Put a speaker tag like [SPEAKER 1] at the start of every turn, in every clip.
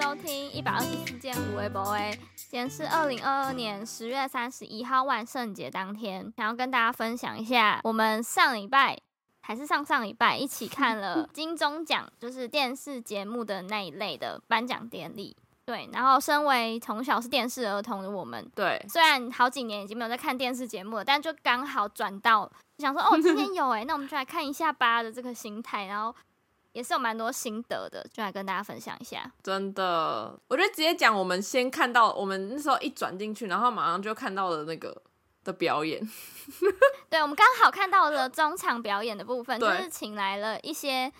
[SPEAKER 1] 收听一百二十四件无微博诶，今天是二零二二年十月三十一号万圣节当天，想要跟大家分享一下我们上礼拜还是上上礼拜一起看了 金钟奖，就是电视节目的那一类的颁奖典礼。对，然后身为从小是电视儿童的我们，
[SPEAKER 2] 对，
[SPEAKER 1] 虽然好几年已经没有在看电视节目了，但就刚好转到想说，哦，今天有哎、那我们就来看一下吧的这个心态，然后也是有蛮多心得的，就来跟大家分享一下。
[SPEAKER 2] 真的，我就直接讲，我们先看到我们那时候一转进去，然后马上就看到了那个的表演，
[SPEAKER 1] 对，我们刚好看到了中场表演的部分，就
[SPEAKER 2] 对
[SPEAKER 1] 是请来了一些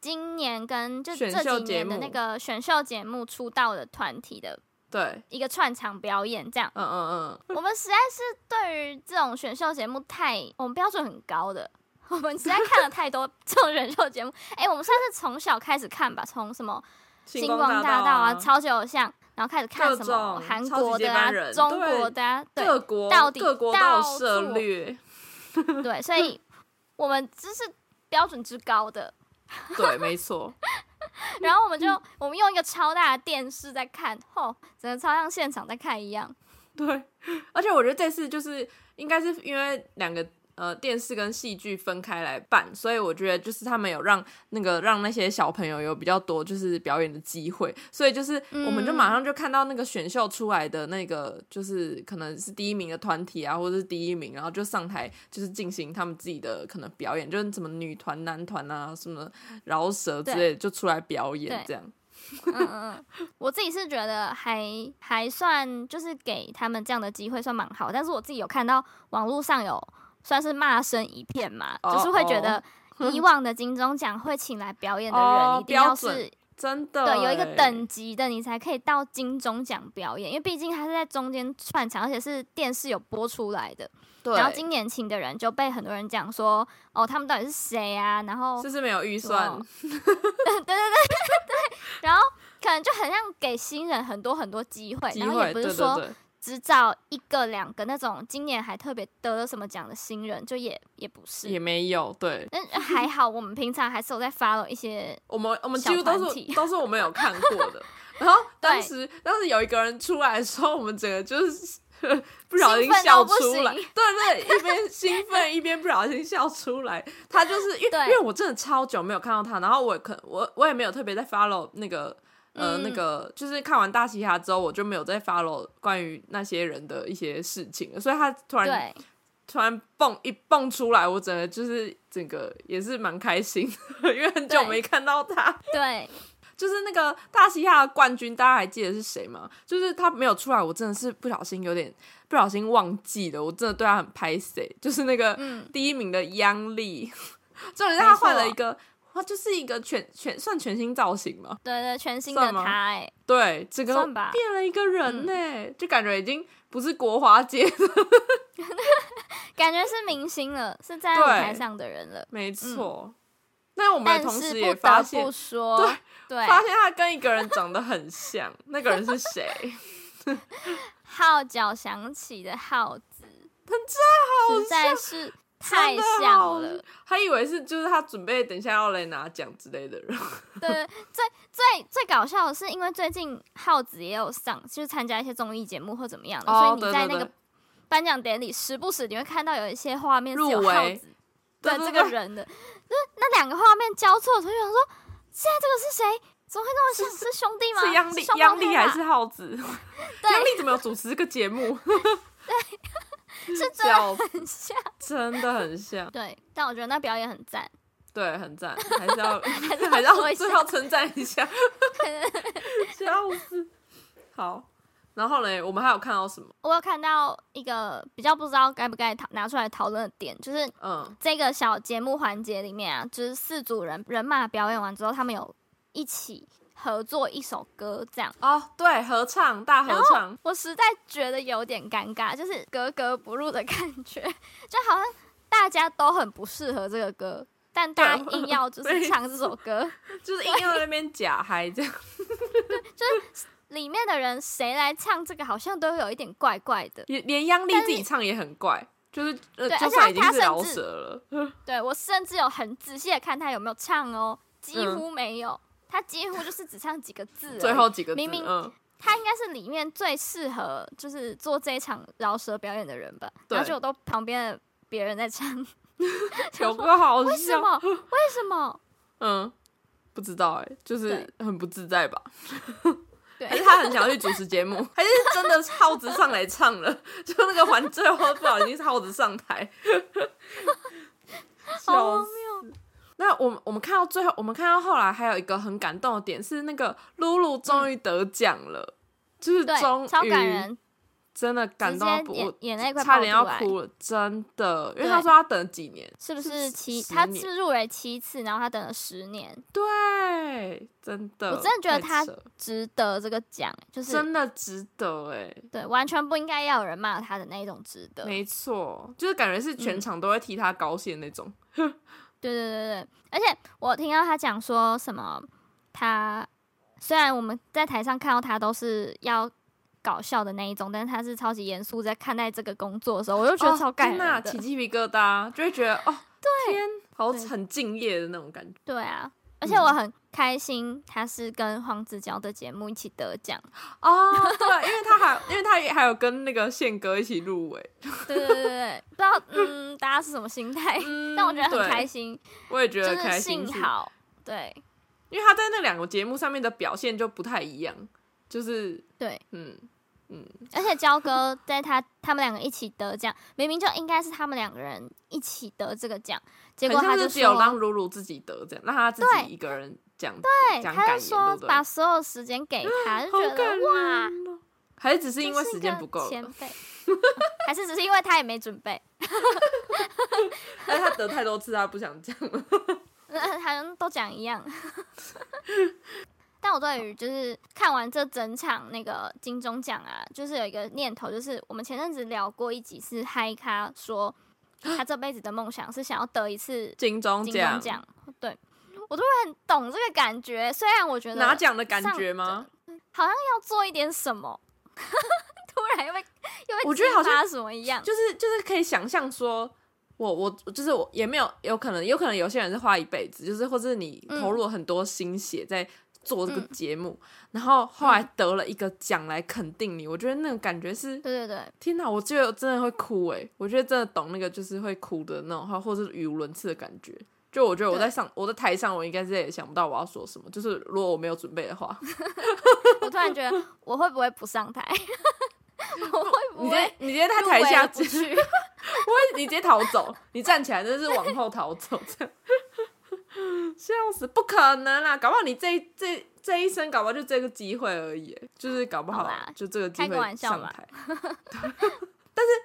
[SPEAKER 1] 今年跟就
[SPEAKER 2] 选
[SPEAKER 1] 这
[SPEAKER 2] 秀
[SPEAKER 1] 几年的
[SPEAKER 2] 节目
[SPEAKER 1] 那个选秀节目出道的团体的
[SPEAKER 2] 对，。
[SPEAKER 1] 一个串场表演，这样
[SPEAKER 2] 嗯嗯嗯，
[SPEAKER 1] 我们实在是对于这种选秀节目太，我们标准很高的。我们实在看了太多 这种选秀节目，哎、我们算是从小开始看吧，从什么星光
[SPEAKER 2] 大
[SPEAKER 1] 大道啊、
[SPEAKER 2] 啊，
[SPEAKER 1] 超级偶像，然后开始看
[SPEAKER 2] 各
[SPEAKER 1] 什么
[SPEAKER 2] 种
[SPEAKER 1] 韩
[SPEAKER 2] 超级
[SPEAKER 1] 国
[SPEAKER 2] 接
[SPEAKER 1] 的
[SPEAKER 2] 班
[SPEAKER 1] 啊、
[SPEAKER 2] 人
[SPEAKER 1] 中
[SPEAKER 2] 对
[SPEAKER 1] 国的啊，对
[SPEAKER 2] 各国
[SPEAKER 1] 到底
[SPEAKER 2] 各国都有
[SPEAKER 1] 到
[SPEAKER 2] 涉
[SPEAKER 1] 处
[SPEAKER 2] 略，
[SPEAKER 1] 对，所 以我们这是标准之高的。
[SPEAKER 2] 对，没错，
[SPEAKER 1] 然后我们就我们用一个超大的电视在看，吼、整个超像现场在看一样。
[SPEAKER 2] 对，而且我觉得这次就是应该是因为两个呃电视跟戏剧分开来办，所以我觉得就是他们有让那个让那些小朋友有比较多就是表演的机会，所以就是我们就马
[SPEAKER 1] 嗯
[SPEAKER 2] 上就看到那个选秀出来的那个就是可能是第一名的团体啊，或者是第一名，然后就上台就是进行他们自己的可能表演，就是什么女团、男团啊，什么饶舌之类的就出来表演
[SPEAKER 1] 对
[SPEAKER 2] 这样。
[SPEAKER 1] 嗯嗯嗯， 我自己是觉得还还算就是给他们这样的机会算蛮好，但是我自己有看到网络上有算是骂声一片嘛，
[SPEAKER 2] 哦
[SPEAKER 1] 就是会觉得以往的金钟奖会请来表演的人
[SPEAKER 2] 哦
[SPEAKER 1] 一定要
[SPEAKER 2] 标准
[SPEAKER 1] 是
[SPEAKER 2] 真的欸，
[SPEAKER 1] 对，有一个等级的，你才可以到金钟奖表演，因为毕竟它是在中间串场，而且是电视有播出来的。
[SPEAKER 2] 对，
[SPEAKER 1] 然后今年请的人就被很多人讲说，哦，他们到底是谁啊？然后
[SPEAKER 2] 这是没有预算
[SPEAKER 1] 哦，然后可能就很像给新人很多很多机会，
[SPEAKER 2] 机
[SPEAKER 1] 然后也
[SPEAKER 2] 会，
[SPEAKER 1] 不
[SPEAKER 2] 对
[SPEAKER 1] 是
[SPEAKER 2] 对
[SPEAKER 1] 说
[SPEAKER 2] 对。
[SPEAKER 1] 只找一个两个那种今年还特别得了什么奖的新人，就也也不
[SPEAKER 2] 也
[SPEAKER 1] 是。
[SPEAKER 2] 没有，对
[SPEAKER 1] 但还好，我们平常还是有在 follow 一 些
[SPEAKER 2] 我们我们
[SPEAKER 1] 小
[SPEAKER 2] 几乎都
[SPEAKER 1] 团
[SPEAKER 2] 是
[SPEAKER 1] 体
[SPEAKER 2] 都是我们有看 过的。然后当
[SPEAKER 1] 对
[SPEAKER 2] 时当时有一个人出来的时候，我们整个就是不小心
[SPEAKER 1] 兴奋到
[SPEAKER 2] 笑
[SPEAKER 1] 不
[SPEAKER 2] 出来，
[SPEAKER 1] 行
[SPEAKER 2] 对对，一边兴奋一边不小心笑出来。他就是因为
[SPEAKER 1] 对
[SPEAKER 2] 因为我真的超久没有看到他，然后我也可我我也没有特别在 follow 那个。呃，
[SPEAKER 1] 嗯
[SPEAKER 2] 那个就是看完大嘻哈之后，我就没有再 follow 关于那些人的一些事情了，所以他突然
[SPEAKER 1] 对，
[SPEAKER 2] 突然蹦一蹦出来，我整个就是整个也是蛮开心的，因 为很久
[SPEAKER 1] 对
[SPEAKER 2] 没看到他。
[SPEAKER 1] 对，
[SPEAKER 2] 就是那个大西亚的冠军，大家还记得是谁吗？就是他没有出来，我真的是不小心有点不小心忘记了，我真的对他很拍谁，就是那个
[SPEAKER 1] 嗯
[SPEAKER 2] 第一名的央丽，重点是他换了一个，他就是一个全全算全新造型嘛，
[SPEAKER 1] 对对，全新的
[SPEAKER 2] 算吗
[SPEAKER 1] 他、哎，
[SPEAKER 2] 对，整个
[SPEAKER 1] 算吧嗯
[SPEAKER 2] 变了一个人呢、就感觉已经不是国华街的，
[SPEAKER 1] 感觉是明星了，是站在
[SPEAKER 2] 对
[SPEAKER 1] 舞台上的人了。
[SPEAKER 2] 没
[SPEAKER 1] 嗯
[SPEAKER 2] 错。但我们
[SPEAKER 1] 但
[SPEAKER 2] 同
[SPEAKER 1] 是
[SPEAKER 2] 时
[SPEAKER 1] 不
[SPEAKER 2] 也发
[SPEAKER 1] 得
[SPEAKER 2] 现
[SPEAKER 1] 不，说，对，
[SPEAKER 2] 发现他跟一个人长得很像，那个人是谁？
[SPEAKER 1] 号角响起的号子，
[SPEAKER 2] 好
[SPEAKER 1] 实在是 太像
[SPEAKER 2] 真
[SPEAKER 1] 了
[SPEAKER 2] 的。他以为是就是他准备等一下要来拿奖之类的人，
[SPEAKER 1] 对，最最最搞笑的是，因为最近浩子也有上，就是参加一些综艺节目或怎么样的，
[SPEAKER 2] 哦
[SPEAKER 1] 所以你在那
[SPEAKER 2] 对对
[SPEAKER 1] 个
[SPEAKER 2] 对
[SPEAKER 1] 颁奖典礼时不时你会看到有一些画面是
[SPEAKER 2] 入
[SPEAKER 1] 有浩
[SPEAKER 2] 围
[SPEAKER 1] 子对
[SPEAKER 2] 对
[SPEAKER 1] 这
[SPEAKER 2] 对
[SPEAKER 1] 个
[SPEAKER 2] 对
[SPEAKER 1] 人的，就是那两个画面交错，我就想说，现在这个是谁？怎么会那么像？是兄弟吗？
[SPEAKER 2] 是央丽
[SPEAKER 1] 双胞
[SPEAKER 2] 央
[SPEAKER 1] 胎
[SPEAKER 2] 丽
[SPEAKER 1] 吧
[SPEAKER 2] 还是耗子？央
[SPEAKER 1] 对，
[SPEAKER 2] 丽怎么有主持这个 节目？
[SPEAKER 1] 是真的
[SPEAKER 2] 笑死，
[SPEAKER 1] 很像。
[SPEAKER 2] 真的很像，
[SPEAKER 1] 对，但我觉得那表演很赞。
[SPEAKER 2] 对，很赞，还是 要
[SPEAKER 1] 是要
[SPEAKER 2] 还是
[SPEAKER 1] 说
[SPEAKER 2] 要
[SPEAKER 1] 一下
[SPEAKER 2] 最后称赞 一下， 笑死。好，然后嘞，我们还有看到什么？
[SPEAKER 1] 我有看到一个比较不知道该不该讨拿出来讨论的点，就是
[SPEAKER 2] 嗯，
[SPEAKER 1] 这个小节目环节里面啊，就是四组人人马表演完之后，他们有一起合作一首歌，这样
[SPEAKER 2] 哦，对，合唱大合唱，
[SPEAKER 1] 我实在觉得有点尴尬，就是格格不入的感觉，就好像大家都很不适合这个歌，但大家
[SPEAKER 2] 对
[SPEAKER 1] 硬要就是
[SPEAKER 2] 对
[SPEAKER 1] 唱这首歌，
[SPEAKER 2] 就是硬要在那边假嗨这样，
[SPEAKER 1] 里面的人谁来唱这个，好像都有一点怪怪的。
[SPEAKER 2] 连连央丽自己唱也很怪，就是呃，
[SPEAKER 1] 对而
[SPEAKER 2] 就
[SPEAKER 1] 且他
[SPEAKER 2] 算已经是
[SPEAKER 1] 他甚
[SPEAKER 2] 饶
[SPEAKER 1] 至
[SPEAKER 2] 舌了，
[SPEAKER 1] 对我甚至有很仔细的看他有没有唱哦，几乎没有。他几乎就是只唱几个字而已，
[SPEAKER 2] 嗯最后几个字
[SPEAKER 1] 明明
[SPEAKER 2] 嗯，
[SPEAKER 1] 他应该是里面最适合就是做这一场饶舌表演的人吧，
[SPEAKER 2] 对
[SPEAKER 1] 然后就都旁边的别人在唱，
[SPEAKER 2] 有个好
[SPEAKER 1] 为什
[SPEAKER 2] 笑，
[SPEAKER 1] 么？为什么？
[SPEAKER 2] 嗯，不知道哎、就是很不自在吧？还是
[SPEAKER 1] 对，
[SPEAKER 2] 他很想要去主持节目，还是真的是耗子上来唱了？ 就那个环最后不小心是耗子上台，
[SPEAKER 1] 好
[SPEAKER 2] 笑
[SPEAKER 1] 荒
[SPEAKER 2] 死！
[SPEAKER 1] 谬。
[SPEAKER 2] 那我们我们看到最后，我们看到后来还有一个很感动的点是，那个露露终于得奖了，就是终
[SPEAKER 1] 嗯对，超感
[SPEAKER 2] 于
[SPEAKER 1] 人，
[SPEAKER 2] 真的感
[SPEAKER 1] 直
[SPEAKER 2] 动到
[SPEAKER 1] 接
[SPEAKER 2] 不，
[SPEAKER 1] 眼
[SPEAKER 2] 我
[SPEAKER 1] 眼泪快
[SPEAKER 2] 差
[SPEAKER 1] 爆
[SPEAKER 2] 点要
[SPEAKER 1] 出来，
[SPEAKER 2] 哭了，真的，因为
[SPEAKER 1] 对
[SPEAKER 2] 他说他等了几年，
[SPEAKER 1] 是不
[SPEAKER 2] 是
[SPEAKER 1] 是七？
[SPEAKER 2] 十
[SPEAKER 1] 他
[SPEAKER 2] 年
[SPEAKER 1] 是入围七次，然后他等了十年，
[SPEAKER 2] 对，真的，
[SPEAKER 1] 我真的觉得
[SPEAKER 2] 太
[SPEAKER 1] 他
[SPEAKER 2] 扯
[SPEAKER 1] 值得这个奖，就是
[SPEAKER 2] 真的值得哎、
[SPEAKER 1] 对，完全不应该要有人骂他的嗯那一种值得。对
[SPEAKER 2] 没错，就是感觉是全场都会替他高兴的那种。
[SPEAKER 1] 对对对，而且我听到他讲说什么，他虽然我们在台上看到他都是要搞笑的那一种，但是他是超级严肃在看待这个工作的时候，我就觉得
[SPEAKER 2] 哦
[SPEAKER 1] 超感
[SPEAKER 2] 天
[SPEAKER 1] 人
[SPEAKER 2] 哪
[SPEAKER 1] 的。
[SPEAKER 2] 起鸡皮疙瘩，就会觉得哦，对，天，好
[SPEAKER 1] 对
[SPEAKER 2] 很敬业的那种感觉。
[SPEAKER 1] 对啊，而
[SPEAKER 2] 嗯
[SPEAKER 1] 且我很开心，他是跟黄子佼的节目一起得奖。
[SPEAKER 2] 哦，对，因为他还，因为他也还有跟那个宪哥一起入围，
[SPEAKER 1] 对对对对对，不知道嗯大家是什么心 态，
[SPEAKER 2] 嗯
[SPEAKER 1] 但我觉得很开
[SPEAKER 2] 心，
[SPEAKER 1] 心，
[SPEAKER 2] 我也觉
[SPEAKER 1] 就
[SPEAKER 2] 得
[SPEAKER 1] 是
[SPEAKER 2] 开心，
[SPEAKER 1] 幸，好对。
[SPEAKER 2] 因为他在那两个节目上面的表现就不太一样，就是
[SPEAKER 1] 对，
[SPEAKER 2] 嗯，
[SPEAKER 1] 而且焦哥在他他们两个一起得奖，明明就应该是他们两个人一起得这个奖，结
[SPEAKER 2] 很
[SPEAKER 1] 果他
[SPEAKER 2] 像
[SPEAKER 1] 就是
[SPEAKER 2] 只有让
[SPEAKER 1] 说，
[SPEAKER 2] 露露自己得这样，让他自
[SPEAKER 1] 对
[SPEAKER 2] 己一个人讲
[SPEAKER 1] 对，
[SPEAKER 2] 讲
[SPEAKER 1] 他
[SPEAKER 2] 感
[SPEAKER 1] 就
[SPEAKER 2] 言，
[SPEAKER 1] 说
[SPEAKER 2] 对不对？
[SPEAKER 1] 把所有时间给他，就觉
[SPEAKER 2] 好感
[SPEAKER 1] 得哇，
[SPEAKER 2] 人哦，还是只是因为
[SPEAKER 1] 真
[SPEAKER 2] 时
[SPEAKER 1] 一
[SPEAKER 2] 间
[SPEAKER 1] 个
[SPEAKER 2] 不够了，
[SPEAKER 1] 前辈，还是只是因为他也没准备，
[SPEAKER 2] 但 是他得太多次，他不想讲了。
[SPEAKER 1] 好像都讲一样。 但我对于就是看完这整场那个金钟奖啊，就是有一个念头，就是我们前阵子聊过一集是嗨咖说他这辈子的梦想是想要得一次
[SPEAKER 2] 金 钟
[SPEAKER 1] 金钟
[SPEAKER 2] 奖
[SPEAKER 1] 奖，对我突然懂这个感觉。虽然我觉得
[SPEAKER 2] 拿奖的感觉吗？
[SPEAKER 1] 好像要做一点什么， 突然又被又被
[SPEAKER 2] 我觉得好像
[SPEAKER 1] 激发什么一样，
[SPEAKER 2] 就是就是可以想象说，我我就是我也没有有可能有可能有些人是花一辈子，就是或是你
[SPEAKER 1] 嗯
[SPEAKER 2] 投入了很多心血在做这个节目，然后后
[SPEAKER 1] 嗯
[SPEAKER 2] 来得了一个奖来肯定你，我觉得那种感觉是。
[SPEAKER 1] 对对对
[SPEAKER 2] 天哪，我觉得真的会哭诶、我觉得真的懂那个就是会哭的那种，或或是语无伦次的感觉。就我觉得我在上我在台上，我应该是也想不到我要说什么。就是如果我没有准备的话，
[SPEAKER 1] 我突然觉得我会不会不上台？ 我会不
[SPEAKER 2] 你直
[SPEAKER 1] 会
[SPEAKER 2] 接你直接在
[SPEAKER 1] 入
[SPEAKER 2] 台
[SPEAKER 1] 围
[SPEAKER 2] 下
[SPEAKER 1] 了不去？
[SPEAKER 2] 你直接逃走，你站起来就是往后逃走，这样笑死，不可能啦！搞不好你这一这这一生，搞不好就这个机会而已，就是搞不好
[SPEAKER 1] 好啦
[SPEAKER 2] 就这个机
[SPEAKER 1] 开个
[SPEAKER 2] 会
[SPEAKER 1] 玩笑
[SPEAKER 2] 上
[SPEAKER 1] 吧
[SPEAKER 2] 台。但是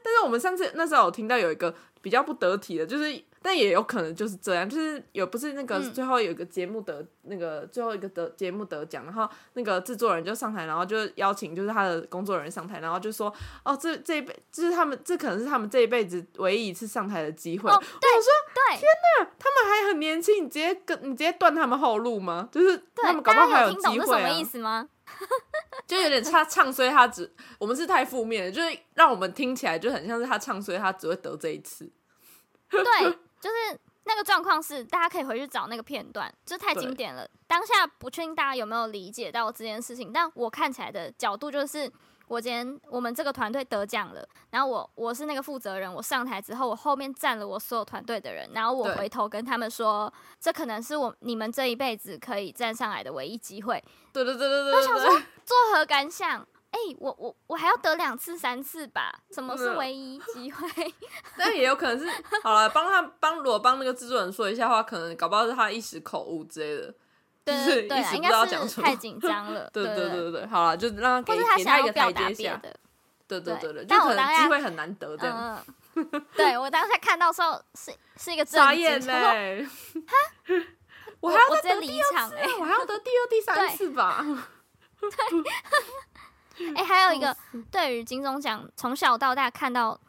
[SPEAKER 2] 但是我们上次那时候有听到有一个比较不得体的，就是但也有可能就是这样，就是有不是那个
[SPEAKER 1] 嗯
[SPEAKER 2] 最后有一个节目得、那个最后一个得节目得奖，然后那个制作人就上台，然后就邀请就是他的工作人员上台，然后就说哦这这一辈就是他们这可能是他们这一辈子唯一一次上台的机会。
[SPEAKER 1] 哦，对
[SPEAKER 2] 我说
[SPEAKER 1] 对，
[SPEAKER 2] 他们还很年轻，你直接跟你直接断他们后路吗？就是他们
[SPEAKER 1] 对，
[SPEAKER 2] 搞
[SPEAKER 1] 大
[SPEAKER 2] 不好
[SPEAKER 1] 家
[SPEAKER 2] 还
[SPEAKER 1] 有听
[SPEAKER 2] 机
[SPEAKER 1] 懂
[SPEAKER 2] 会、啊，
[SPEAKER 1] 这什么意思吗？
[SPEAKER 2] 就有点他唱衰他只，我们是太负面了，就是让我们听起来就很像是他唱衰他只会得这一次。
[SPEAKER 1] 对，就是那个状况是，大家可以回去找那个片段，这太经
[SPEAKER 2] 对
[SPEAKER 1] 典了。当下不确定大家有没有理解到这件事情，但我看起来的角度就是，我今天我们这个团队得奖了，然后我我是那个负责人，我上台之后，我后面站了我所有团队的人，然后我
[SPEAKER 2] 对
[SPEAKER 1] 回头跟他们说，这可能是我你们这一辈子可以站上来的唯一机会，
[SPEAKER 2] 对对对对对对对，
[SPEAKER 1] 作何感想？哎、我我我还要得两次三次吧？什么是
[SPEAKER 2] 嗯
[SPEAKER 1] 唯一机会？
[SPEAKER 2] 但也有可能是好了，帮他帮如果帮那个制作人说一下话，可能搞不好是他一时口误之类的。
[SPEAKER 1] 对
[SPEAKER 2] 就是
[SPEAKER 1] 对对
[SPEAKER 2] 一
[SPEAKER 1] 啊，
[SPEAKER 2] 时
[SPEAKER 1] 应
[SPEAKER 2] 不知道
[SPEAKER 1] 该
[SPEAKER 2] 讲
[SPEAKER 1] 是
[SPEAKER 2] 什么
[SPEAKER 1] 太紧张了。
[SPEAKER 2] 对
[SPEAKER 1] 对
[SPEAKER 2] 对对对对，好了，就让他
[SPEAKER 1] 或
[SPEAKER 2] 给
[SPEAKER 1] 是他
[SPEAKER 2] 给他
[SPEAKER 1] 想
[SPEAKER 2] 一
[SPEAKER 1] 要
[SPEAKER 2] 个
[SPEAKER 1] 表
[SPEAKER 2] 台
[SPEAKER 1] 达
[SPEAKER 2] 阶
[SPEAKER 1] 别
[SPEAKER 2] 下。
[SPEAKER 1] 的，
[SPEAKER 2] 对对对对，就
[SPEAKER 1] 但我
[SPEAKER 2] 可能
[SPEAKER 1] 当然
[SPEAKER 2] 机会很难得这样。
[SPEAKER 1] 嗯， 对我当下看到的时候是是一个震
[SPEAKER 2] 傻
[SPEAKER 1] 惊，
[SPEAKER 2] 眼
[SPEAKER 1] 我说
[SPEAKER 2] 嘞！我还要
[SPEAKER 1] 我
[SPEAKER 2] 再
[SPEAKER 1] 直接
[SPEAKER 2] 得
[SPEAKER 1] 离
[SPEAKER 2] 第二
[SPEAKER 1] 场
[SPEAKER 2] 次
[SPEAKER 1] 欸
[SPEAKER 2] 啊，我还要得第二、第三
[SPEAKER 1] 对
[SPEAKER 2] 次吧。
[SPEAKER 1] 哎、还有一个对于金钟奖从小到大看到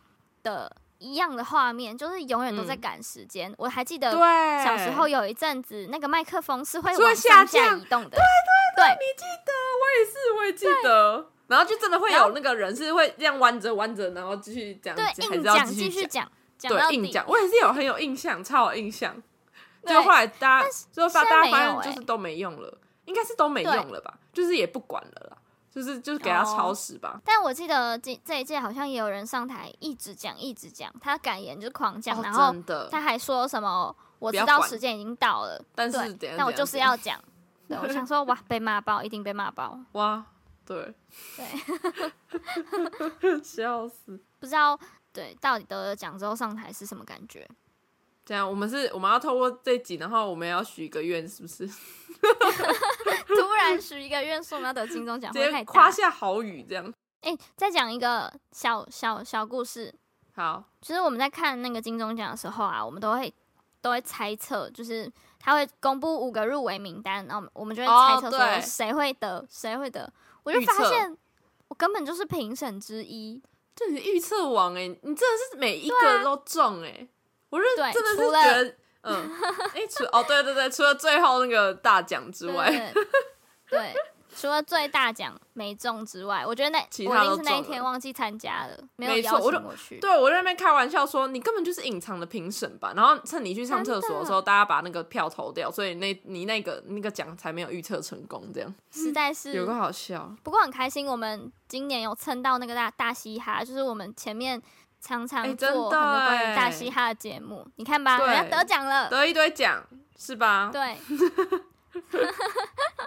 [SPEAKER 1] 的一样的画面，就是永远都在
[SPEAKER 2] 嗯
[SPEAKER 1] 赶时间。我还记得
[SPEAKER 2] 对，
[SPEAKER 1] 呃小时候有一阵子，那个麦克风是会
[SPEAKER 2] 是会
[SPEAKER 1] 往上
[SPEAKER 2] 下
[SPEAKER 1] 下
[SPEAKER 2] 降
[SPEAKER 1] 移动的，对对对，
[SPEAKER 2] 你记得，我也是，我也记得。然后就真的会
[SPEAKER 1] 然后
[SPEAKER 2] 有那个人是会这样弯着弯着，然后继续讲，还
[SPEAKER 1] 对硬
[SPEAKER 2] 是要
[SPEAKER 1] 讲
[SPEAKER 2] 继
[SPEAKER 1] 继续
[SPEAKER 2] 续
[SPEAKER 1] 讲，讲到
[SPEAKER 2] 对，
[SPEAKER 1] 底
[SPEAKER 2] 硬。讲。我也是有很有印象，超有印象。
[SPEAKER 1] 对
[SPEAKER 2] 就后来大家，就发
[SPEAKER 1] 现在
[SPEAKER 2] 大
[SPEAKER 1] 没
[SPEAKER 2] 家发
[SPEAKER 1] 有
[SPEAKER 2] 现就是都没用了，应该是都没
[SPEAKER 1] 对
[SPEAKER 2] 用了吧，就是也不管了啦，就是就是给他
[SPEAKER 1] 哦
[SPEAKER 2] 超时吧。
[SPEAKER 1] 但我记得这这一届好像也有人上台一直讲一直讲，他感言就是狂讲，
[SPEAKER 2] 哦
[SPEAKER 1] 然后
[SPEAKER 2] 真的，
[SPEAKER 1] 他还说什么我
[SPEAKER 2] 不
[SPEAKER 1] 知
[SPEAKER 2] 要
[SPEAKER 1] 道
[SPEAKER 2] 管
[SPEAKER 1] 时间已经到了，
[SPEAKER 2] 但是
[SPEAKER 1] 对
[SPEAKER 2] 等，
[SPEAKER 1] 但我就是要讲。对，我想 说哇，被骂爆，一定被骂爆。
[SPEAKER 2] 哇，对对， 笑死。
[SPEAKER 1] 不知道对到底得了奖之后上台是什么感觉？
[SPEAKER 2] 这样，我们是我们要透过这集，然后我们要许一个愿，是不是？直
[SPEAKER 1] 突然许一个愿，说我们要得金钟奖，会不会
[SPEAKER 2] 接
[SPEAKER 1] 太
[SPEAKER 2] 夸
[SPEAKER 1] 大。
[SPEAKER 2] 下好语，这样
[SPEAKER 1] 哎、再讲一个小小小故事，
[SPEAKER 2] 好。
[SPEAKER 1] 其实我们在看那个金钟奖的时候啊，我们都会都会猜测，就是他会公布五个入围名单，然后我们我们就会
[SPEAKER 2] 哦
[SPEAKER 1] 猜测
[SPEAKER 2] 对
[SPEAKER 1] 说谁会得，谁会得。我就
[SPEAKER 2] 预
[SPEAKER 1] 发
[SPEAKER 2] 测
[SPEAKER 1] 现我根本就是评审之一，
[SPEAKER 2] 这你是预测王哎、你真的是每一个都中哎、我认
[SPEAKER 1] 啊对
[SPEAKER 2] 真的是
[SPEAKER 1] 除了
[SPEAKER 2] 觉得，嗯，哎、除哦对对对，除了最后那个大奖之
[SPEAKER 1] 对
[SPEAKER 2] 外，
[SPEAKER 1] 对 对，除了最大奖没中之外，我觉得那
[SPEAKER 2] 其
[SPEAKER 1] 我
[SPEAKER 2] 他
[SPEAKER 1] 一定
[SPEAKER 2] 都
[SPEAKER 1] 是那一
[SPEAKER 2] 中
[SPEAKER 1] 天
[SPEAKER 2] 了
[SPEAKER 1] 忘记参加了，没有
[SPEAKER 2] 没
[SPEAKER 1] 邀
[SPEAKER 2] 错我就
[SPEAKER 1] 请我去。
[SPEAKER 2] 对我在那边开玩笑说你根本就是隐藏的评审吧，然后趁你去上厕所的时候，大家把那个票投掉，所以那你那个那个奖才没有预测成功，这样
[SPEAKER 1] 实在是
[SPEAKER 2] 有个好笑，
[SPEAKER 1] 不过很开心，我们今年有蹭到那个大大嘻哈，就是我们前面常常做
[SPEAKER 2] 哎真的
[SPEAKER 1] 很多关于大
[SPEAKER 2] 哎
[SPEAKER 1] 嘻哈的节目，你看吧，
[SPEAKER 2] 对
[SPEAKER 1] 人家得奖了，
[SPEAKER 2] 得一堆奖是吧？
[SPEAKER 1] 对，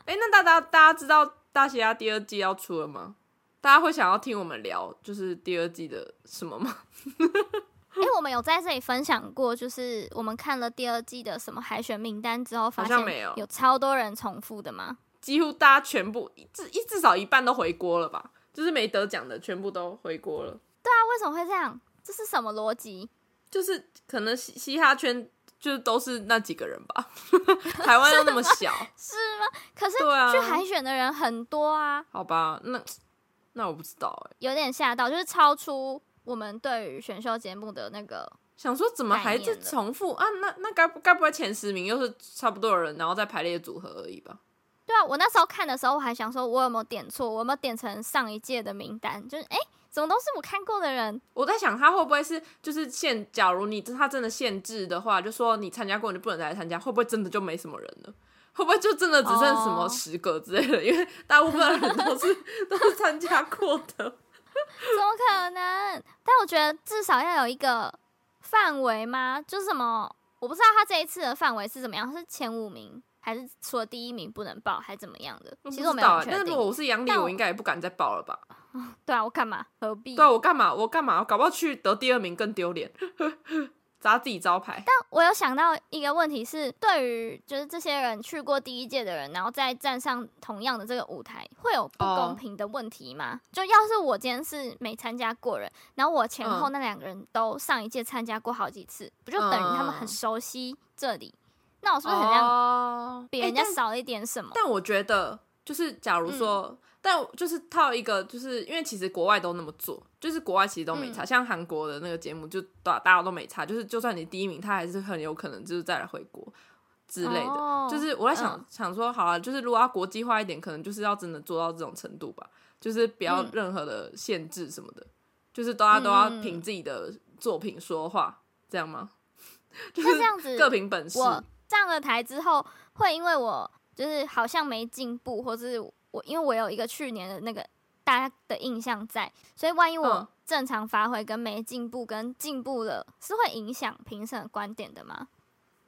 [SPEAKER 2] 哎、那大家大家知道大西亚第二季要出了吗？大家会想要听我们聊就是第二季的什么吗？
[SPEAKER 1] 因哎为我们有在这里分享过，就是我们看了第二季的什么海选名单之后，发
[SPEAKER 2] 像
[SPEAKER 1] 现
[SPEAKER 2] 没有
[SPEAKER 1] 有超多人重复的嘛，
[SPEAKER 2] 几乎大家全部至一至少一半都回锅了吧？就是没得奖的全部都回锅了，
[SPEAKER 1] 那啊为什么会这样？这是什么逻辑？
[SPEAKER 2] 就是可能嘻嘻哈圈就是都是那几个人吧， 台湾又那么小，
[SPEAKER 1] 是吗？可是
[SPEAKER 2] 对啊
[SPEAKER 1] 去，海选的人很多啊，
[SPEAKER 2] 好吧，那那我不知道哎、
[SPEAKER 1] 有点吓到，就是超出我们对于选秀节目的那个
[SPEAKER 2] 想说怎么还
[SPEAKER 1] 概
[SPEAKER 2] 在
[SPEAKER 1] 念了
[SPEAKER 2] 重复啊？那那该不该不会前十名又是差不多的人，然后再排列组合而已吧？
[SPEAKER 1] 对啊，我那时候看的时候，我还想说，我有没有点错？我有没有点成上一届的名单？就是哎、诶怎么都是我看过的人？
[SPEAKER 2] 我在想，他会不会是就是限？假如你他真的限制的话，就说你参加过你就不能再来参加，会不会真的就没什么人了？会不会就真的只剩什么
[SPEAKER 1] 哦
[SPEAKER 2] 十个之类的因为大部分人都 是都是参加过的。
[SPEAKER 1] 怎么可能？但我觉得至少要有一个范围吗？就是什么？我不知道他这一次的范围是怎么样，是前五名还是除了第一名不能报，还是怎么样的？其实我
[SPEAKER 2] 不
[SPEAKER 1] 没
[SPEAKER 2] 知道
[SPEAKER 1] 有
[SPEAKER 2] 欸但
[SPEAKER 1] 确
[SPEAKER 2] 是如果
[SPEAKER 1] 定。
[SPEAKER 2] 我是杨丽，
[SPEAKER 1] 但我
[SPEAKER 2] 我应该也不敢再报了吧？
[SPEAKER 1] 对啊，我干嘛？何必？
[SPEAKER 2] 对啊，我干嘛？我干嘛？我搞不好去得第二名更丢脸， 砸自己招牌。
[SPEAKER 1] 我有想到一个问题是，对于就是这些人去过第一届的人，然后再站上同样的这个舞台，会有不
[SPEAKER 2] 哦
[SPEAKER 1] 公平的问题吗就要是我今天是没参加过人，然后我前后
[SPEAKER 2] 嗯
[SPEAKER 1] 那两个人都上一届参加过好几次，不就等于他们很熟悉这里？那我是不是很像
[SPEAKER 2] 嗯哦
[SPEAKER 1] 比
[SPEAKER 2] 欸
[SPEAKER 1] 人家
[SPEAKER 2] 但
[SPEAKER 1] 少一点什么？
[SPEAKER 2] 但我觉得，就是假
[SPEAKER 1] 嗯
[SPEAKER 2] 如说，但就是套一个，就是因为其实国外都那么做，就是国外其实都没
[SPEAKER 1] 嗯
[SPEAKER 2] 差，像韩国的那个节目就大大家都没差，就是就算你第一名，他还是很有可能就是再来回国之类的。
[SPEAKER 1] 哦
[SPEAKER 2] 就是我在想、
[SPEAKER 1] 嗯
[SPEAKER 2] 想说，好了，啊就是如果要国际化一点，可能就是要真的做到这种程度吧，就是不要
[SPEAKER 1] 嗯
[SPEAKER 2] 任何的限制什么的，就是大家都要
[SPEAKER 1] 嗯嗯嗯
[SPEAKER 2] 凭自己的作品说话，这样吗？ 就
[SPEAKER 1] 那
[SPEAKER 2] 是
[SPEAKER 1] 这样子，
[SPEAKER 2] 各凭本事。
[SPEAKER 1] 我上了台之后，会因为我就是好像没进步，或是我因为我有一个去年的那个大家的印象在，所以万一我
[SPEAKER 2] 嗯
[SPEAKER 1] 正常发挥跟没进步跟进步了，是会影响评审的观点的吗？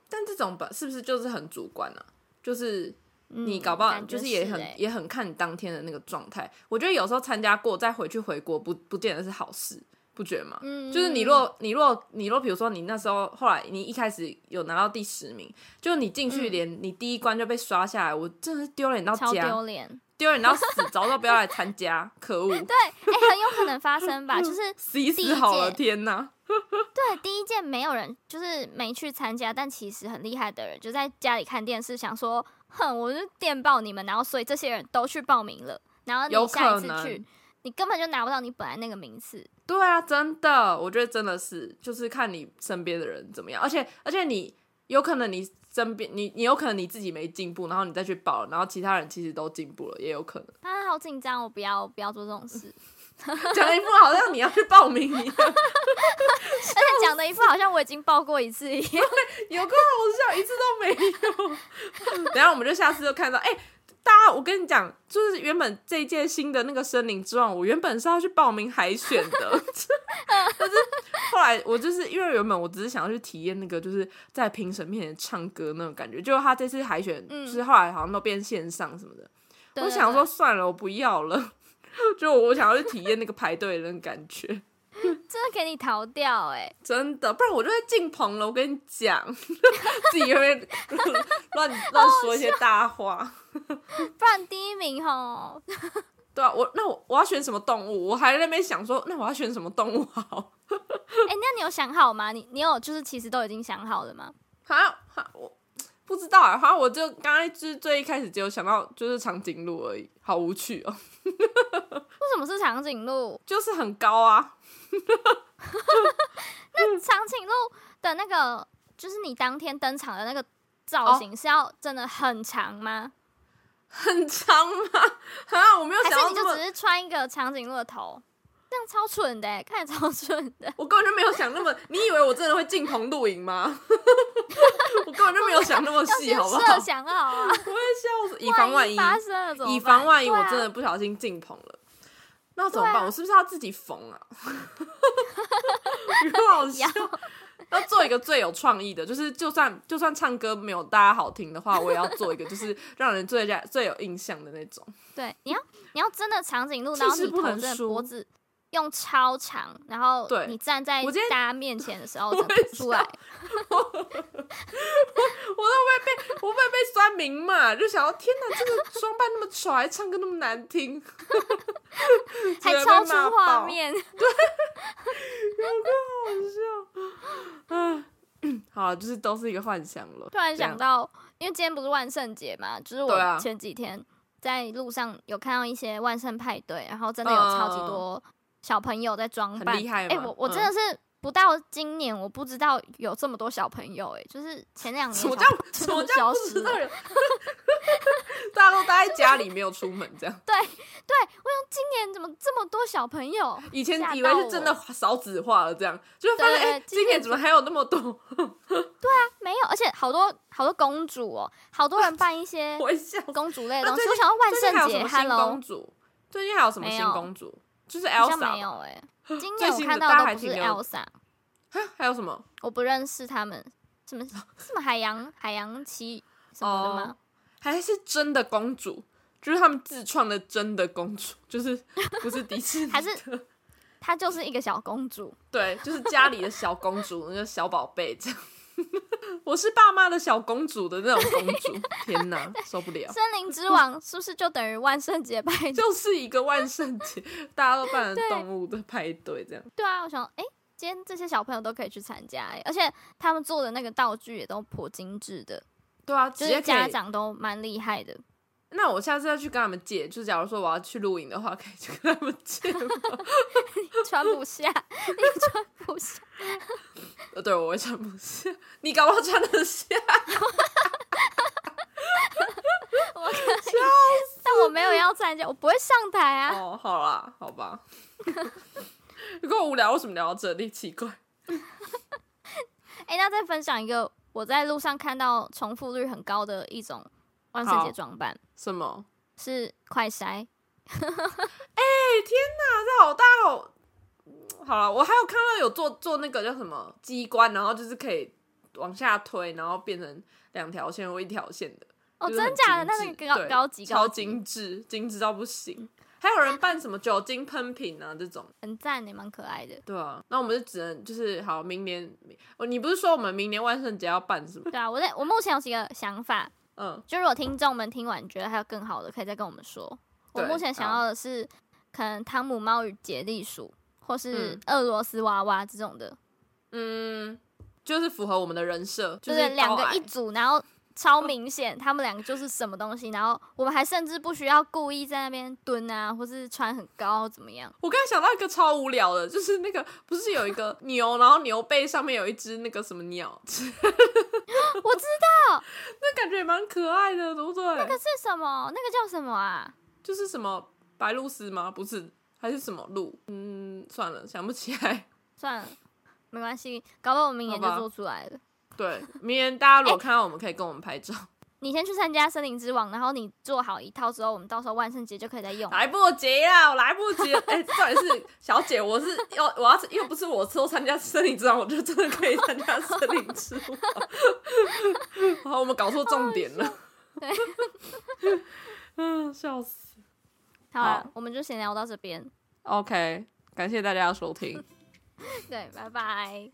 [SPEAKER 2] 但这种吧，是不是就是很主观啊？就是
[SPEAKER 1] 嗯
[SPEAKER 2] 你搞不好
[SPEAKER 1] 感觉
[SPEAKER 2] 就是是也很、
[SPEAKER 1] 欸
[SPEAKER 2] 也很看你当天的那个状态。我觉得有时候参加过再回去回国不不见得是好事，不觉得吗？
[SPEAKER 1] 嗯
[SPEAKER 2] 就是你若你若你若比如说你那时候后来你一开始有拿到第十名，就你进去
[SPEAKER 1] 嗯
[SPEAKER 2] 连你第一关就被刷下来，我真的是丢脸到
[SPEAKER 1] 超
[SPEAKER 2] 家，
[SPEAKER 1] 丢脸，
[SPEAKER 2] 丢脸到死，早知道不要来参加， 可恶！
[SPEAKER 1] 对，哎、很有可能发生 吧，就是
[SPEAKER 2] 死一
[SPEAKER 1] 第
[SPEAKER 2] 死
[SPEAKER 1] 一
[SPEAKER 2] 好了，
[SPEAKER 1] 届
[SPEAKER 2] 天哪！
[SPEAKER 1] 对，第一届没有人，就是没去参加，但其实很厉害的人，就在家里看电视，想说，哼，我就电报你们，然后所以这些人都去报名了，然后
[SPEAKER 2] 有
[SPEAKER 1] 你下一
[SPEAKER 2] 可
[SPEAKER 1] 次
[SPEAKER 2] 能
[SPEAKER 1] 去，你根本就拿不到你本来那个名次。
[SPEAKER 2] 对啊，真的，我觉得真的是，就是看你身边的人怎么样，而且而且你有可能你身边你你有可能你自己没进步，然后你再去报，然后其他人其实都进步了，也有可能。
[SPEAKER 1] 啊，好紧张，我不要，我不要做这种 事。
[SPEAKER 2] 讲得一副好像你要去报名一样，
[SPEAKER 1] 而且讲的一副好像我已经报过一次一样。
[SPEAKER 2] 有够好笑，一次都没有。等一下我们就下次就看到，哎、大家，我跟你讲，就是原本这一届新的那个森林之王，我原本是要去报名海选的， 但是后来我就是因为原本我只是想要去体验那个就是在评审面前唱歌那种感觉，结果他这次海选
[SPEAKER 1] 嗯
[SPEAKER 2] 就是后来好像都变线上什么的，
[SPEAKER 1] 对
[SPEAKER 2] 我
[SPEAKER 1] 对
[SPEAKER 2] 想
[SPEAKER 1] 对
[SPEAKER 2] 说算了，我不要了， 就我想要去体验那个排队的那个感觉，
[SPEAKER 1] 真的给你逃掉哎、
[SPEAKER 2] 真的，不然我就会进棚了。我跟你讲， 自己会不会 乱乱说一些大话。
[SPEAKER 1] 不然第一名吼，
[SPEAKER 2] 对啊，我那我我要选什么动物？我还在那边想说，那我要选什么动物好？
[SPEAKER 1] 哎、那你有想好吗？你你有就是其实都已经想好了吗？
[SPEAKER 2] 好像好我不知道啊，好像我就刚才就是最一开始只有想到就是长颈鹿而已，好无趣哦，
[SPEAKER 1] 为什么是长颈鹿？
[SPEAKER 2] 就是很高啊。
[SPEAKER 1] 长颈鹿的那个就是你当天登场的那个
[SPEAKER 2] 哦
[SPEAKER 1] 造型是要真的很长吗？
[SPEAKER 2] 很长吗？啊， 我没有
[SPEAKER 1] 还
[SPEAKER 2] 想
[SPEAKER 1] 是
[SPEAKER 2] 到
[SPEAKER 1] 你
[SPEAKER 2] 这
[SPEAKER 1] 就只
[SPEAKER 2] 么，
[SPEAKER 1] 是穿一个长颈鹿的头？这样超蠢的、欸，看起来超蠢 的。
[SPEAKER 2] 我根本就没有想那么。你以为我真的会进棚露营吗？ 我根本就没有想那么
[SPEAKER 1] 要
[SPEAKER 2] 细，
[SPEAKER 1] 先
[SPEAKER 2] 好不好？
[SPEAKER 1] 设想好啊，
[SPEAKER 2] 我会笑死， 以防万一，
[SPEAKER 1] 发生了怎么办？
[SPEAKER 2] 以防万一，
[SPEAKER 1] 对
[SPEAKER 2] 我
[SPEAKER 1] 啊
[SPEAKER 2] 真的不小心进棚了，那怎么
[SPEAKER 1] 对
[SPEAKER 2] 办？
[SPEAKER 1] 啊
[SPEAKER 2] 我是不是要自己缝啊？ 很好笑。要做一个最有创意的，就是就算就算唱歌没有大家好听的话，我也要做一个就是让人最加最有印象的那种。
[SPEAKER 1] 对，你要你要真的长颈鹿，
[SPEAKER 2] 气
[SPEAKER 1] 然后
[SPEAKER 2] 势
[SPEAKER 1] 你
[SPEAKER 2] 不
[SPEAKER 1] 头
[SPEAKER 2] 能
[SPEAKER 1] 真的
[SPEAKER 2] 输
[SPEAKER 1] 脖子用超长，然后
[SPEAKER 2] 对
[SPEAKER 1] 你站在
[SPEAKER 2] 我今天
[SPEAKER 1] 大家面前的时候
[SPEAKER 2] 我
[SPEAKER 1] 整
[SPEAKER 2] 也
[SPEAKER 1] 个出来，
[SPEAKER 2] 我都会被我会被酸民骂，就想要天哪，这个装扮那么丑，还唱歌那么难听，
[SPEAKER 1] 还
[SPEAKER 2] 直接被
[SPEAKER 1] 超出
[SPEAKER 2] 骂
[SPEAKER 1] 画
[SPEAKER 2] 爆
[SPEAKER 1] 面。
[SPEAKER 2] 啊，好，就是都是一个幻想了。
[SPEAKER 1] 突然
[SPEAKER 2] 这样
[SPEAKER 1] 想到，因为今天不是万圣节嘛，就是
[SPEAKER 2] 对啊
[SPEAKER 1] 我前几天在路上有看到一些万圣派对，然后真的有超级多小朋友在装扮，
[SPEAKER 2] 嗯很厉害
[SPEAKER 1] 哎、
[SPEAKER 2] 嘛
[SPEAKER 1] 我我
[SPEAKER 2] 嗯
[SPEAKER 1] 真的是不到今年，我不知道有这么多小朋友、哎，就是前两年
[SPEAKER 2] 什么
[SPEAKER 1] 小
[SPEAKER 2] 叫
[SPEAKER 1] 朋友
[SPEAKER 2] 什么
[SPEAKER 1] 全部消
[SPEAKER 2] 叫不
[SPEAKER 1] 失
[SPEAKER 2] 知道
[SPEAKER 1] 了
[SPEAKER 2] 人？ 大家都待在家里，没有出门，这样。
[SPEAKER 1] 对，我想今年怎么这么多小朋友？
[SPEAKER 2] 以前
[SPEAKER 1] 吓到
[SPEAKER 2] 以为是真的少子化了，这样就发现
[SPEAKER 1] 对
[SPEAKER 2] 哎、
[SPEAKER 1] 今
[SPEAKER 2] 今
[SPEAKER 1] 年
[SPEAKER 2] 年怎么还有那么 多？
[SPEAKER 1] 没有，而且好多好多公主哦，好多人扮一些
[SPEAKER 2] 我一笑死。
[SPEAKER 1] 公主类的
[SPEAKER 2] 那
[SPEAKER 1] 东西。
[SPEAKER 2] 最
[SPEAKER 1] 我
[SPEAKER 2] 近
[SPEAKER 1] 想要万
[SPEAKER 2] 最近还
[SPEAKER 1] 圣
[SPEAKER 2] 有什
[SPEAKER 1] 节
[SPEAKER 2] 么新
[SPEAKER 1] ，Hello，
[SPEAKER 2] 公主？最近还有什么
[SPEAKER 1] 没
[SPEAKER 2] 新
[SPEAKER 1] 有
[SPEAKER 2] 公主？就是
[SPEAKER 1] 好像没
[SPEAKER 2] Elsa 吧
[SPEAKER 1] 有哎、 今
[SPEAKER 2] 最
[SPEAKER 1] 年我
[SPEAKER 2] 新
[SPEAKER 1] 看
[SPEAKER 2] 的
[SPEAKER 1] 到
[SPEAKER 2] 大
[SPEAKER 1] 的
[SPEAKER 2] 海
[SPEAKER 1] 不
[SPEAKER 2] 景
[SPEAKER 1] 是
[SPEAKER 2] 流
[SPEAKER 1] Elsa，
[SPEAKER 2] 哈还有什么？
[SPEAKER 1] 我不认识他们，什 么什么海洋海洋奇什么的吗？
[SPEAKER 2] 还是真的公主？就是他们自创的真的公主，就是不是迪士尼 的
[SPEAKER 1] 还是她就是一个小公主，
[SPEAKER 2] 对，就是家里的小公主，那个小宝贝这样。 我是爸妈的小公主的那种公主， 天哪，受不了！
[SPEAKER 1] 森林之王是不是就等于万圣节派对？
[SPEAKER 2] 就是一个万圣节，大家都扮成动物的派对这样。
[SPEAKER 1] 对啊，我想哎、诶今天这些小朋友都可以去参加、诶而且他们做的那个道具也都颇精致的，
[SPEAKER 2] 对啊，
[SPEAKER 1] 就
[SPEAKER 2] 直接
[SPEAKER 1] 是
[SPEAKER 2] 可以
[SPEAKER 1] 家长都蛮厉害的。
[SPEAKER 2] 那我下次要去跟他们借，就是假如说我要去露营的话，可以去跟他们借吗。
[SPEAKER 1] 穿不下， 你穿不下。
[SPEAKER 2] 呃，对，我会穿不下，你搞不好穿得下。
[SPEAKER 1] 我可以，但我没有要参加，我不会上台啊。
[SPEAKER 2] 哦，好啦，好吧。 如果无聊，为什么聊到这里？奇怪。
[SPEAKER 1] 哎、那再分享一个我在路上看到重复率很高的一种万圣节
[SPEAKER 2] 好
[SPEAKER 1] 装扮，
[SPEAKER 2] 什么？
[SPEAKER 1] 是快筛。
[SPEAKER 2] 这好大好。好了，我还有看到有做做那个叫什么机关，然后就是可以往下推，然后变成两条线或一条线的。
[SPEAKER 1] 哦，
[SPEAKER 2] 就是很
[SPEAKER 1] 真假的？那
[SPEAKER 2] 精
[SPEAKER 1] 那
[SPEAKER 2] 致
[SPEAKER 1] 个高
[SPEAKER 2] 对
[SPEAKER 1] 高级
[SPEAKER 2] 超
[SPEAKER 1] 高级，
[SPEAKER 2] 精致，精致到不行。还有人办什么酒精喷瓶啊这种，
[SPEAKER 1] 很赞，也欸蛮可爱的。
[SPEAKER 2] 对啊，那我们就只能就是好，明年哦，你不是说我们明年万圣节要办什么？
[SPEAKER 1] 对啊，我在我目前有几个想法，
[SPEAKER 2] 嗯，
[SPEAKER 1] 就如果听众们听完觉得还有更好的，可以再跟我们说。我
[SPEAKER 2] 对嗯
[SPEAKER 1] 目前想
[SPEAKER 2] 好
[SPEAKER 1] 要的是，可能汤姆猫与杰利鼠，或是
[SPEAKER 2] 嗯
[SPEAKER 1] 俄罗斯娃娃这种的，
[SPEAKER 2] 嗯，就是符合我们的人设，就
[SPEAKER 1] 对
[SPEAKER 2] 是高
[SPEAKER 1] 对，两个
[SPEAKER 2] 矮
[SPEAKER 1] 一组，然后超明显，他们两个就是什么东西，然后我们还甚至不需要故意在那边蹲啊，或是穿很高怎么样？
[SPEAKER 2] 我刚才想到一个超无聊的，就是那个不是有一个牛，然后牛背上面有一只那个什么鸟，
[SPEAKER 1] 我 知
[SPEAKER 2] 那感觉也蛮可爱的，对不对？
[SPEAKER 1] 道是什么，那个叫什么啊？
[SPEAKER 2] 就是什么白鹭鸶吗？不是，还是什么鹿？嗯，算了，想不起来。
[SPEAKER 1] 算了，没关系，搞不好我明年就
[SPEAKER 2] 好吧
[SPEAKER 1] 做出来了。哎
[SPEAKER 2] 对，明年大家如果看到我们，可以跟我们拍照。
[SPEAKER 1] 你先去参加森林之王，然后你做好一套之后，我们到时候万圣节就可以再用。
[SPEAKER 2] 来不及了，我来不及了。哎、重点是小姐，我是要我要是又不是我抽参加森林之王，我就真的可以参加森林之王。好，我们搞错重点了。
[SPEAKER 1] 对，
[SPEAKER 2] 嗯，笑死。
[SPEAKER 1] 好啦
[SPEAKER 2] 好
[SPEAKER 1] 我们就闲聊到这边，
[SPEAKER 2] OK，感谢大家的收听。
[SPEAKER 1] 对，拜拜。